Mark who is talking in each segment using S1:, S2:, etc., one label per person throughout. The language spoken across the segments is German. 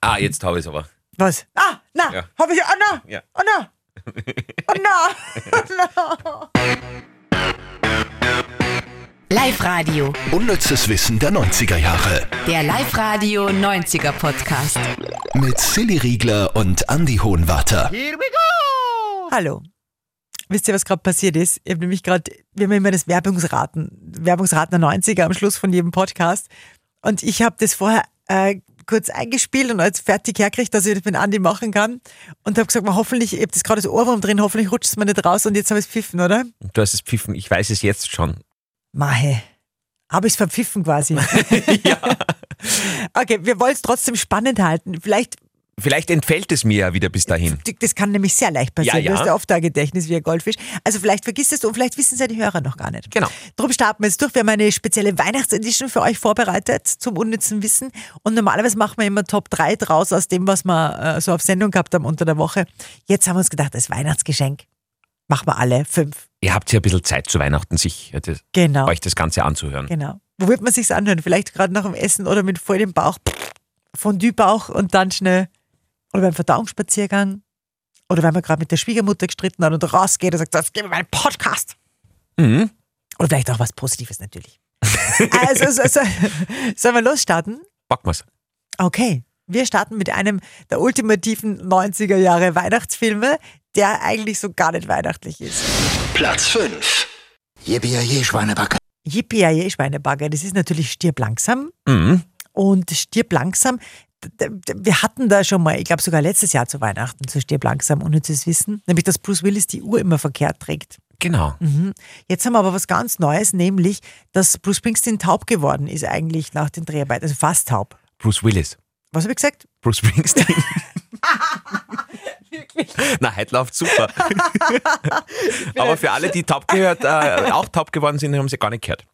S1: Ah, jetzt habe ich es aber.
S2: Was? Ah, na,
S1: Ja.
S2: hab ich. Oh na,
S1: Ja.
S2: oh na, oh na, oh na.
S3: Live-Radio.
S4: Unnützes Wissen der 90er Jahre.
S3: Der Live-Radio 90er Podcast.
S4: Mit Silly Riegler und Andy Hohenwarter.
S2: Hallo. Wisst ihr, was gerade passiert ist? Ich habe nämlich gerade, wir haben ja immer das Werbungsraten, Werbungsraten der 90er am Schluss von jedem Podcast. Und ich habe das vorher äh, kurz eingespielt und als fertig herkriegt, dass ich das mit Andi machen kann. Und habe gesagt, man, hoffentlich, ich habe das gerade das Ohrwurm drin, hoffentlich rutscht es mir nicht raus und jetzt habe ich es pfiffen, oder?
S1: Du hast es pfiffen, ich weiß es jetzt schon.
S2: Mahe. Habe ich es verpfiffen quasi.
S1: ja.
S2: Okay, wir wollen es trotzdem spannend halten. Vielleicht,
S1: Vielleicht entfällt es mir ja wieder bis dahin.
S2: das kann nämlich sehr leicht passieren.
S1: Ja, ja.
S2: Du hast ja oft ein Gedächtnis wie ein Goldfisch. Also vielleicht vergisst es du und vielleicht wissen es ja die Hörer noch gar nicht.
S1: Genau.
S2: Drum starten wir jetzt durch. Wir haben eine spezielle Weihnachtsedition für euch vorbereitet zum unnützen Wissen. Und normalerweise machen wir immer Top 3 draus aus dem, was wir äh, so auf Sendung gehabt haben unter der Woche. Jetzt haben wir uns gedacht, das Weihnachtsgeschenk machen wir alle fünf.
S1: Ihr habt ja ein bisschen Zeit zu Weihnachten, sich äh, das,
S2: Genau.
S1: euch das Ganze anzuhören.
S2: Genau. Wo wird man sich's anhören? Vielleicht gerade nach dem Essen oder mit voll dem Bauch, Fondue-Bauch und dann schnell oder beim Verdauungsspaziergang oder wenn man gerade mit der Schwiegermutter gestritten hat und rausgeht und sagt, jetzt gib mir meinen Podcast.
S1: Mhm.
S2: Oder vielleicht auch was Positives natürlich. also, so, so, sollen wir losstarten?
S1: Packen wir's.
S2: Okay. Wir starten mit einem der ultimativen 90er Jahre Weihnachtsfilme, der eigentlich so gar nicht weihnachtlich ist.
S4: Platz 5. Je Bier, je Schweinebacke.
S2: Yippie, Schweinebagger, das ist natürlich stirb langsam.
S1: Mhm.
S2: und stirb langsam. D- d- Wir hatten da schon mal, ich glaube sogar letztes Jahr zu Weihnachten, zu stirb langsam, unnützes Wissen, nämlich dass Bruce Willis die Uhr immer verkehrt trägt.
S1: Genau.
S2: Mhm. Jetzt haben wir aber was ganz Neues, nämlich, dass Bruce Springsteen taub geworden ist eigentlich nach den Dreharbeiten, also fast taub.
S1: Bruce Willis.
S2: Was habe ich gesagt?
S1: Bruce Springsteen. Na, heute läuft super. Aber für alle, die taub gehört, äh, auch taub geworden sind, haben sie gar nicht gehört.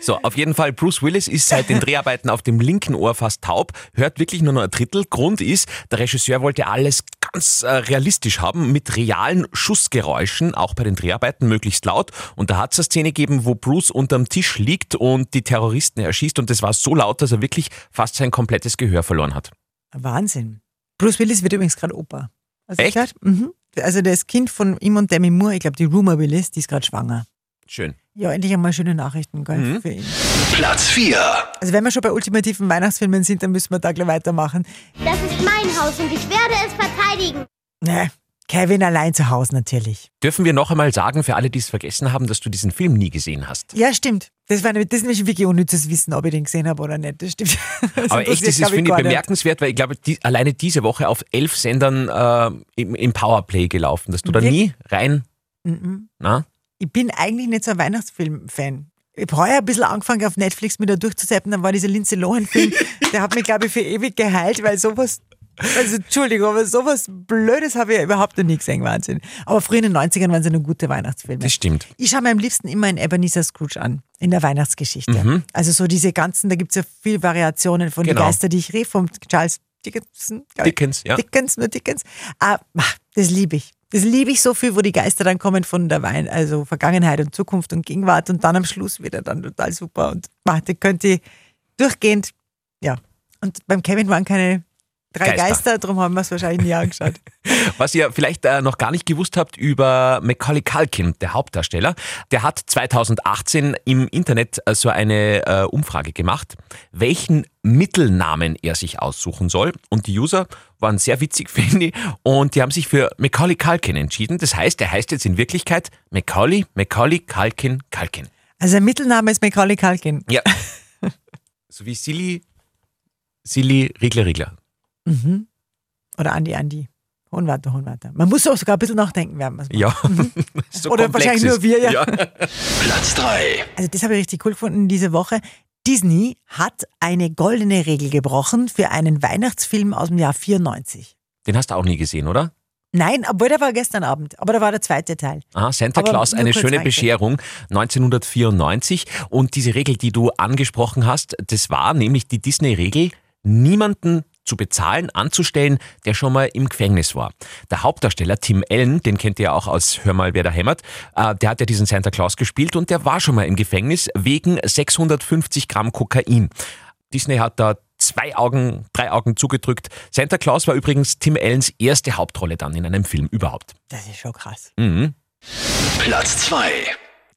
S1: So, auf jeden Fall, Bruce Willis ist seit den Dreharbeiten auf dem linken Ohr fast taub, hört wirklich nur noch ein Drittel. Grund ist, der Regisseur wollte alles ganz äh, realistisch haben, mit realen Schussgeräuschen, auch bei den Dreharbeiten möglichst laut. Und da hat es eine Szene gegeben, wo Bruce unterm Tisch liegt und die Terroristen erschießt. Und das war so laut, dass er wirklich fast sein komplettes Gehör verloren hat.
S2: Wahnsinn. Bruce Willis wird übrigens gerade Opa. Hast du
S1: Echt?
S2: gehört? Mhm. Also das Kind von ihm und Demi Moore, ich glaube die Rumor Willis, die ist gerade schwanger.
S1: Schön.
S2: Ja, endlich einmal schöne Nachrichten gell, für ihn.
S4: Platz 4.
S2: Also wenn wir schon bei ultimativen Weihnachtsfilmen sind, dann müssen wir da gleich weitermachen.
S5: Das ist mein Haus und ich werde es verteidigen.
S2: Ne, Kevin allein zu Hause natürlich.
S1: Dürfen wir noch einmal sagen, für alle, die es vergessen haben, dass du diesen Film nie gesehen hast?
S2: Ja, stimmt. Das, war, nämlich- das ist nämlich wirklich unnützes Wissen, ob ich den gesehen habe oder nicht. Das stimmt. Das
S1: Aber echt,
S2: interessiert,
S1: das ist,
S2: glaub
S1: finde ich,
S2: gar nicht.
S1: bemerkenswert, weil ich glaube, die, alleine diese Woche auf elf Sendern äh, im, im Powerplay gelaufen, dass du da
S2: Wirklich?
S1: nie rein.
S2: Mhm.
S1: Na?
S2: Ich bin eigentlich nicht so ein Weihnachtsfilm-Fan. Ich habe heuer ein bisschen angefangen, auf Netflix mit da durchzuseppen, dann war dieser Lindsay Lohan-Film, der hat mich, glaube ich, für ewig geheilt, weil sowas, also Entschuldigung, aber sowas Blödes habe ich ja überhaupt noch nie gesehen, Wahnsinn. Aber früher in den 90ern waren sie nur gute Weihnachtsfilme.
S1: Das stimmt.
S2: Ich schaue mir am liebsten immer einen Ebenezer Scrooge an, in der Weihnachtsgeschichte. Also so diese ganzen, da gibt es ja viele Variationen von
S1: Mhm. Genau.
S2: Die Geister, die ich rief, von Charles Dickinson. glaub ich.
S1: Dickens, ja.
S2: Dickens, nur Dickens. Ah, das liebe ich. Das liebe ich so viel, wo die Geister dann kommen von der Wein, also Vergangenheit und Zukunft und Gegenwart und dann am Schluss wieder dann total super. Und ah, da könnt ihr durchgehend, ja. Und beim Kevin waren keine drei
S1: Geister.
S2: Geister, darum haben wir es wahrscheinlich nie angeschaut.
S1: Was ihr vielleicht äh, noch gar nicht gewusst habt über Macaulay Culkin, der Hauptdarsteller, der hat 2018 im Internet äh, so eine äh, Umfrage gemacht, welchen Mittelnamen er sich aussuchen soll. Und die User waren sehr witzig, finde ich, und die haben sich für Macaulay Culkin entschieden. Das heißt, er heißt jetzt in Wirklichkeit Macaulay, Macaulay Culkin, Culkin.
S2: Also der Mittelname ist Macaulay Culkin.
S1: Ja. so wie Silly, Silly, Riegler, Riegler.
S2: Mhm. Oder Andi, Andi. Hohenwarter, Hohenwarter. Man muss auch sogar ein bisschen nachdenken, werden wir's macht.
S1: Ja. so
S2: Oder
S1: komplex
S2: wahrscheinlich nur wir, ja.
S4: Platz 3.
S2: Also das habe ich richtig cool gefunden diese Woche. Disney hat eine goldene Regel gebrochen für einen Weihnachtsfilm aus dem Jahr 94.
S1: Den hast du auch nie gesehen, oder?
S2: Nein, obwohl der war gestern Abend, aber da war der zweite Teil.
S1: Aha, Santa
S2: Aber
S1: Claus,
S2: nur
S1: eine
S2: kurz
S1: schöne
S2: reingehen.
S1: Bescherung 1994. Und diese Regel, die du angesprochen hast, das war nämlich die Disney-Regel, niemanden zu bezahlen, anzustellen, der schon mal im Gefängnis war. Der Hauptdarsteller Tim Allen, den kennt ihr ja auch aus Hör mal, wer da hämmert, äh, der hat ja diesen Santa Claus gespielt und der war schon mal im Gefängnis wegen 650 Gramm Kokain. Disney hat da zwei Augen, drei Augen zugedrückt. Santa Claus war übrigens Tim Allens erste Hauptrolle dann in einem Film überhaupt.
S2: Das ist schon krass.
S1: Mhm.
S4: Platz 2.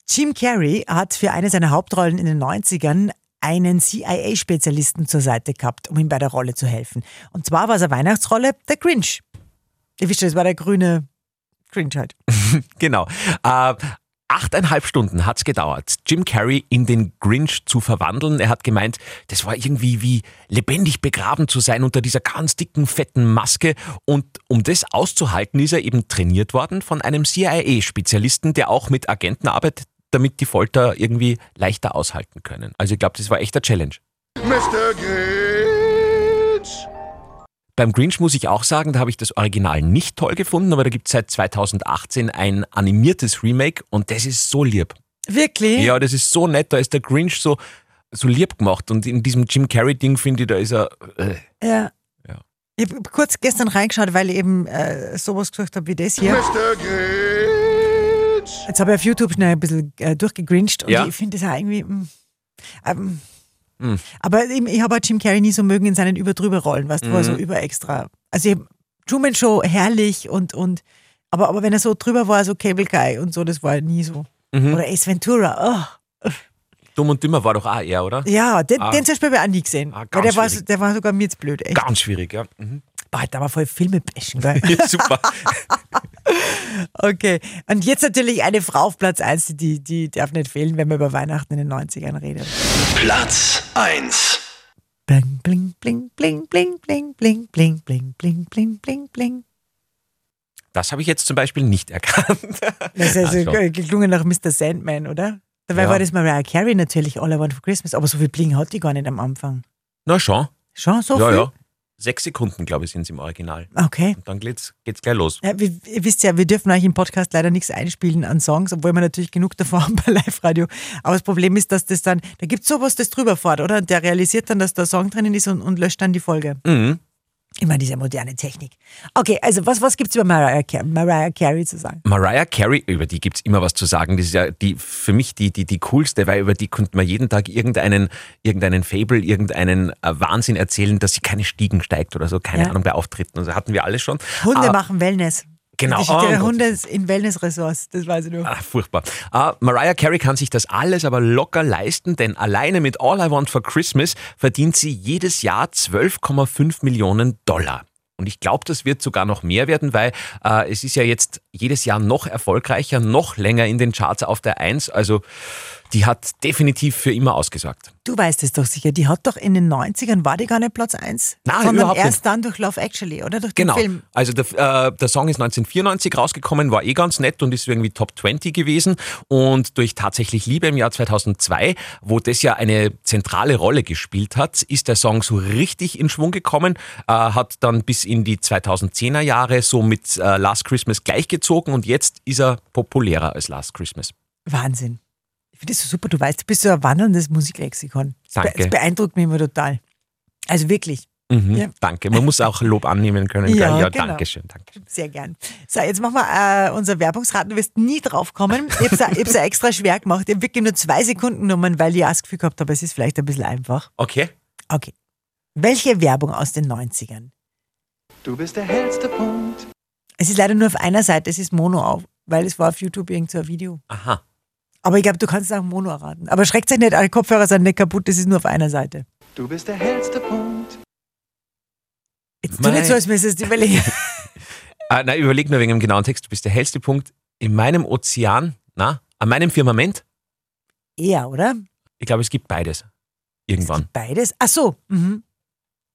S2: Jim Carrey hat für eine seiner Hauptrollen in den 90ern einen CIA-Spezialisten zur Seite gehabt, um ihm bei der Rolle zu helfen. Und zwar war seine Weihnachtsrolle der Grinch. Ihr wisst schon, es war der grüne Grinch halt.
S1: Genau. Äh, achteinhalb Stunden hat's gedauert, Jim Carrey in den Grinch zu verwandeln. Er hat gemeint, das war irgendwie wie lebendig begraben zu sein unter dieser ganz dicken, fetten Maske. Und um das auszuhalten, ist er eben trainiert worden von einem CIA-Spezialisten, der auch mit Agenten arbeitet, damit die Folter irgendwie leichter aushalten können. Also ich glaube, das war echter Challenge.
S6: Mr. Grinch.
S1: Beim Grinch muss ich auch sagen, da habe ich das Original nicht toll gefunden, aber da gibt es seit 2018 ein animiertes Remake und das ist so lieb.
S2: Wirklich?
S1: Ja, das ist so nett, da ist der Grinch so, so lieb gemacht und in diesem Jim Carrey-Ding finde ich, da ist er. Äh.
S2: Ja.
S1: Ja.
S2: Ich habe kurz gestern reingeschaut, weil ich eben äh, sowas gesucht habe wie das hier.
S6: Mr. Grinch.
S2: Jetzt habe ich auf YouTube schnell ein bisschen äh, durchgegrinscht und
S1: Ja. Hm.
S2: ich finde das auch irgendwie. mm, ähm, Aber eben, ich habe auch Jim Carrey nie so mögen in seinen Überdrüber-Rollen, weißt du, wo er
S1: Mhm.
S2: so überextra. Also eben Truman Show herrlich und, und aber, aber wenn er so drüber war, so Cable Guy und so, das war nie so.
S1: Mhm.
S2: Oder Ace Ventura, oh.
S1: Dumm und dümmer war doch auch er, oder?
S2: Ja, den,
S1: Ah.
S2: den zum Beispiel habe ich auch nie gesehen.
S1: Ah,
S2: Weil
S1: ganz
S2: der, war,
S1: schwierig.
S2: so- der war sogar mir jetzt blöd, echt.
S1: Ganz schwierig, ja. Mhm.
S2: Boah, da war voll Filme bashen, gell?
S1: ja super.
S2: Okay. Und jetzt natürlich eine Frau auf Platz 1, die, die darf nicht fehlen, wenn man über Weihnachten in den 90ern redet.
S4: Platz 1.
S2: Bling, bling, bling, bling, bling, bling, bling, bling, bling, bling, bling, bling, bling.
S1: Das habe ich jetzt zum Beispiel nicht erkannt.
S2: Das ist also
S1: Ah, schon.
S2: geklungen nach Mr. Sandman, oder? Dabei
S1: Ja.
S2: war das Mariah Carey natürlich All I Want for Christmas, aber so viel Bling hat die gar nicht am Anfang.
S1: Na schon.
S2: Schon so
S1: ja,
S2: viel?
S1: ja. Sechs Sekunden, glaube ich, sind es im Original.
S2: Okay.
S1: Und dann geht's, geht's gleich los.
S2: Ja, wir, ihr wisst ja, wir dürfen euch im Podcast leider nichts einspielen an Songs, obwohl wir natürlich genug davon haben bei Live-Radio. Aber das Problem ist, dass das dann, da gibt es sowas, das drüber fährt, oder? Und Der realisiert dann, dass da Song drinnen ist und, und löscht dann die Folge.
S1: Mhm.
S2: Immer diese moderne Technik. Okay, also was, was gibt es über Mariah, Car Mariah Carey zu sagen?
S1: Mariah Carey, über die gibt's immer was zu sagen. Das ist ja die, für mich die, die, die coolste, weil über die konnte man jeden Tag irgendeinen, irgendeinen Fable, irgendeinen äh, Wahnsinn erzählen, dass sie keine Stiegen steigt oder so. Keine
S2: Ja.
S1: Ahnung, bei Auftritten. Also hatten wir alles schon.
S2: Hunde
S1: Ah,
S2: machen Wellness.
S1: Genau.
S2: Die Geschichte
S1: Oh,
S2: der
S1: Gott.
S2: Hunde ist in Wellness-Ressorts, das weiß ich nur.
S1: Ah, furchtbar. Ah, Mariah Carey kann sich das alles aber locker leisten, denn alleine mit All I Want for Christmas verdient sie jedes Jahr 12,5 Millionen Dollar. Und ich glaube, das wird sogar noch mehr werden, weil äh, es ist ja jetzt jedes Jahr noch erfolgreicher, noch länger in den Charts auf der 1. Also die hat definitiv für immer ausgesagt.
S2: Du weißt es doch sicher, die hat doch in den 90ern, war die gar nicht Platz 1?
S1: Nein,
S2: Sondern
S1: überhaupt
S2: erst
S1: nicht.
S2: dann durch Love Actually, oder? Durch
S1: Genau.
S2: den Film.
S1: Also der, äh, der Song ist 1994 rausgekommen, war eh ganz nett und ist irgendwie Top 20 gewesen. Und durch Tatsächlich Liebe im Jahr 2002, wo das ja eine zentrale Rolle gespielt hat, ist der Song so richtig in Schwung gekommen, äh, hat dann bis in die 2010er Jahre so mit äh, Last Christmas gleichgezogen und jetzt ist er populärer als Last Christmas.
S2: Wahnsinn. Ich finde das so super. Du weißt, du bist so ein wandelndes Musiklexikon. Das
S1: Danke.
S2: be- Das beeindruckt mich immer total. Also wirklich,
S1: Mhm,
S2: Ja.
S1: Danke. Man muss auch Lob annehmen können.
S2: Ja,
S1: gell? ja
S2: genau.
S1: danke schön. Danke.
S2: sehr gern. So, jetzt machen wir äh, unser Werbungsraten. Du wirst nie drauf kommen. Ich habe es ja extra schwer gemacht. Ich habe wirklich nur zwei Sekunden genommen, weil ich auch das Gefühl gehabt habe, es ist vielleicht ein bisschen einfach.
S1: Okay.
S2: Okay. Welche Werbung aus den 90ern?
S6: Du bist der hellste Punkt.
S2: Es ist leider nur auf einer Seite, es ist Mono auf, weil es war auf YouTube irgend so ein Video.
S1: Aha.
S2: Aber ich glaube, du kannst es auch Mono erraten. Aber schreckt euch nicht, alle Kopfhörer sind nicht kaputt, das ist nur auf einer Seite.
S6: Du bist der hellste Punkt.
S2: Jetzt tu
S1: Mei.
S2: nicht so, als müsstest du überlegen.
S1: Ah, na, überleg nur wegen dem genauen Text. Du bist der hellste Punkt in meinem Ozean, na, an meinem Firmament.
S2: Eher, oder?
S1: Ich glaube, es gibt beides. Irgendwann.
S2: Beides? Ach so. Mhm.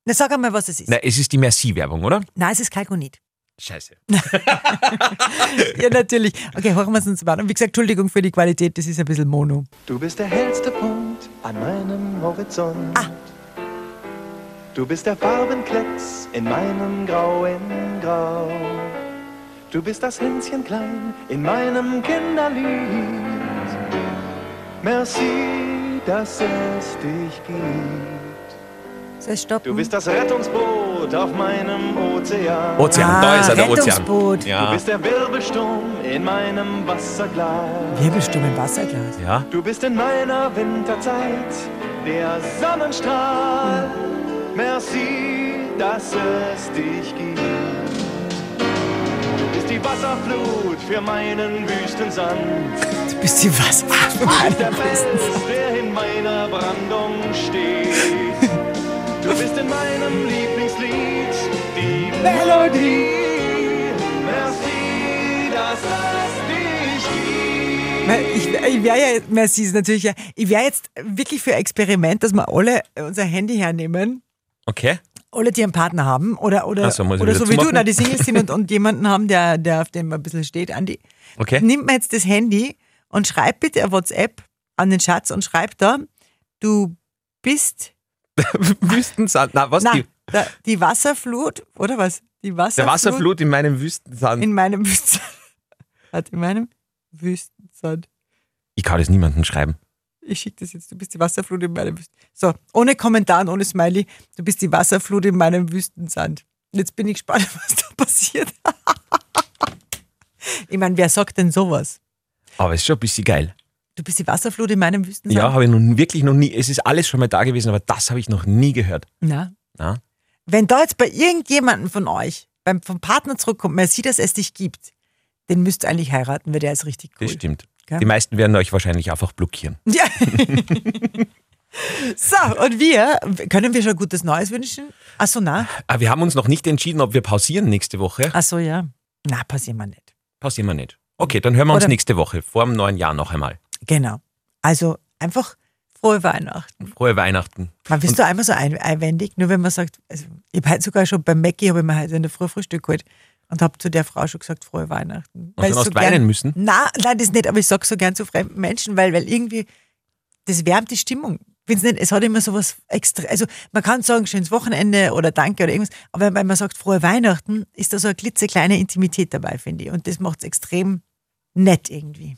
S2: Na, sag einmal, was es ist.
S1: Na, es ist die Merci-Werbung, oder?
S2: Nein, es ist Kalkonit.
S1: Scheiße.
S2: ja, natürlich. Okay, hören wir es uns mal an. Und wie gesagt, Entschuldigung für die Qualität, das ist ein bisschen Mono.
S6: Du bist der hellste Punkt an meinem Horizont.
S2: Ah.
S6: Du bist der Farbenklecks in meinem grauen Grau. Du bist das Hänschen klein in meinem Kinderlied. Merci, dass es dich gibt.
S2: Soll ich stoppen?
S6: Du bist das Rettungsboot auf meinem Ozean.
S1: Ozean,
S2: Ah,
S1: da ist er, der
S2: Rettungsboot.
S1: Ozean.
S6: Du
S1: Ja.
S6: bist der Wirbelsturm in meinem Wasserglas.
S2: Wirbelsturm im Wasserglas.
S1: ja.
S6: Du bist in meiner Winterzeit der Sonnenstrahl. Merci, dass es dich gibt. Du bist die Wasserflut für meinen Wüstensand.
S2: Du bist die was?
S6: Der Fels, der in meiner Brandung steht. Du bist in meinem Lieblingslied die Melodie. Merci, dass es dich gibt.
S2: Ich, ich wäre ja, merci ist natürlich ja, ich wäre jetzt wirklich für ein Experiment, dass wir alle äh, unser Handy hernehmen,
S1: Okay.
S2: alle, die einen Partner haben oder, oder,
S1: Ach so, muss ich
S2: oder
S1: wieder
S2: so wie du,
S1: zumachen?
S2: na, die Singles sind und, und jemanden haben, der, der auf dem ein bisschen steht, Andi.
S1: Okay.
S2: Nimmt mir jetzt das Handy und schreibt bitte eine WhatsApp an den Schatz und schreibt da, du bist,
S1: Wüstensand. Na, was?
S2: na,
S1: die,
S2: da, die Wasserflut, oder was? Die Wasserflut.
S1: der Wasserflut in meinem Wüstensand.
S2: In meinem Wüstensand. Hat in meinem Wüstensand.
S1: ich kann das niemandem schreiben.
S2: Ich schicke das jetzt. Du bist die Wasserflut in meinem Wüstensand. So, ohne Kommentar und ohne Smiley. Du bist die Wasserflut in meinem Wüstensand. Und Jetzt bin ich gespannt, was da passiert. ich meine, wer sagt denn sowas?
S1: Aber es ist schon ein bisschen geil.
S2: Du bist die Wasserflut in meinem Wüstensand?
S1: Ja, habe ich nun wirklich noch nie. Es ist alles schon mal da gewesen, aber das habe ich noch nie gehört.
S2: Na.
S1: Na?
S2: Wenn da jetzt bei irgendjemandem von euch, beim, vom Partner zurückkommt, man sieht, dass es dich gibt, den müsst ihr eigentlich heiraten, weil der ist richtig cool.
S1: Das stimmt.
S2: Gell?
S1: Die meisten werden euch wahrscheinlich einfach blockieren.
S2: Ja. so, und wir, können wir schon gutes Neues wünschen? Ach so, na.
S1: Aber Ah, wir haben uns noch nicht entschieden, ob wir pausieren nächste Woche.
S2: Ach so, ja. Na, passiert mal nicht.
S1: Pausieren wir nicht. Okay, dann hören wir uns
S2: Oder-
S1: nächste Woche, vor dem neuen Jahr noch einmal.
S2: Genau. Also einfach frohe Weihnachten.
S1: Frohe Weihnachten.
S2: Man bist du einmal so ein, einwendig, nur wenn man sagt, also ich habe heute sogar schon beim Mackie, habe ich mir heute in der Früh Frühstück geholt und habe zu der Frau schon gesagt, frohe Weihnachten.
S1: dann
S2: ich
S1: hast du weinen müssen?
S2: Nein, nein, das nicht, aber ich sage so gern zu fremden Menschen, weil, weil irgendwie, das wärmt die Stimmung. Wenn's nicht, es hat immer so was extra, also man kann sagen, schönes Wochenende oder Danke oder irgendwas, aber wenn man sagt, frohe Weihnachten, ist da so eine klitzekleine Intimität dabei, finde ich. Und das macht es extrem nett irgendwie.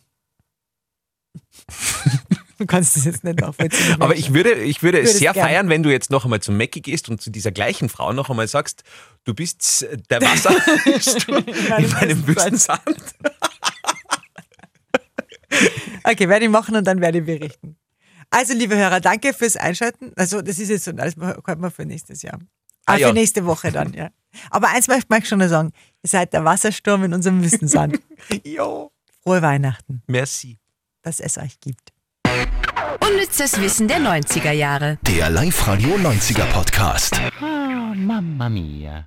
S2: du kannst das jetzt nicht nachvollziehen.
S1: Aber ich würde, ich würde
S2: Würde
S1: es
S2: es
S1: sehr
S2: gern.
S1: feiern, wenn du jetzt noch einmal zum Mackie gehst und zu dieser gleichen Frau noch einmal sagst, du bist der Wasserstuhl in meinem Wüstensand.
S2: Okay, werde ich machen und dann werde ich berichten. Also, liebe Hörer, danke fürs Einschalten. Also, das ist jetzt so, alles kommt mal für nächstes Jahr. Ah,
S1: Ah, ja.
S2: Für nächste Woche dann, ja. Aber eins möchte ich schon noch sagen: Ihr seid der Wassersturm in unserem Wüstensand.
S1: Jo,
S2: Frohe Weihnachten,
S1: merci.
S2: dass es euch gibt.
S3: Unnützes Wissen der 90er Jahre.
S7: Der Live-Radio 90er Podcast.
S8: Ah, Mamma Mia.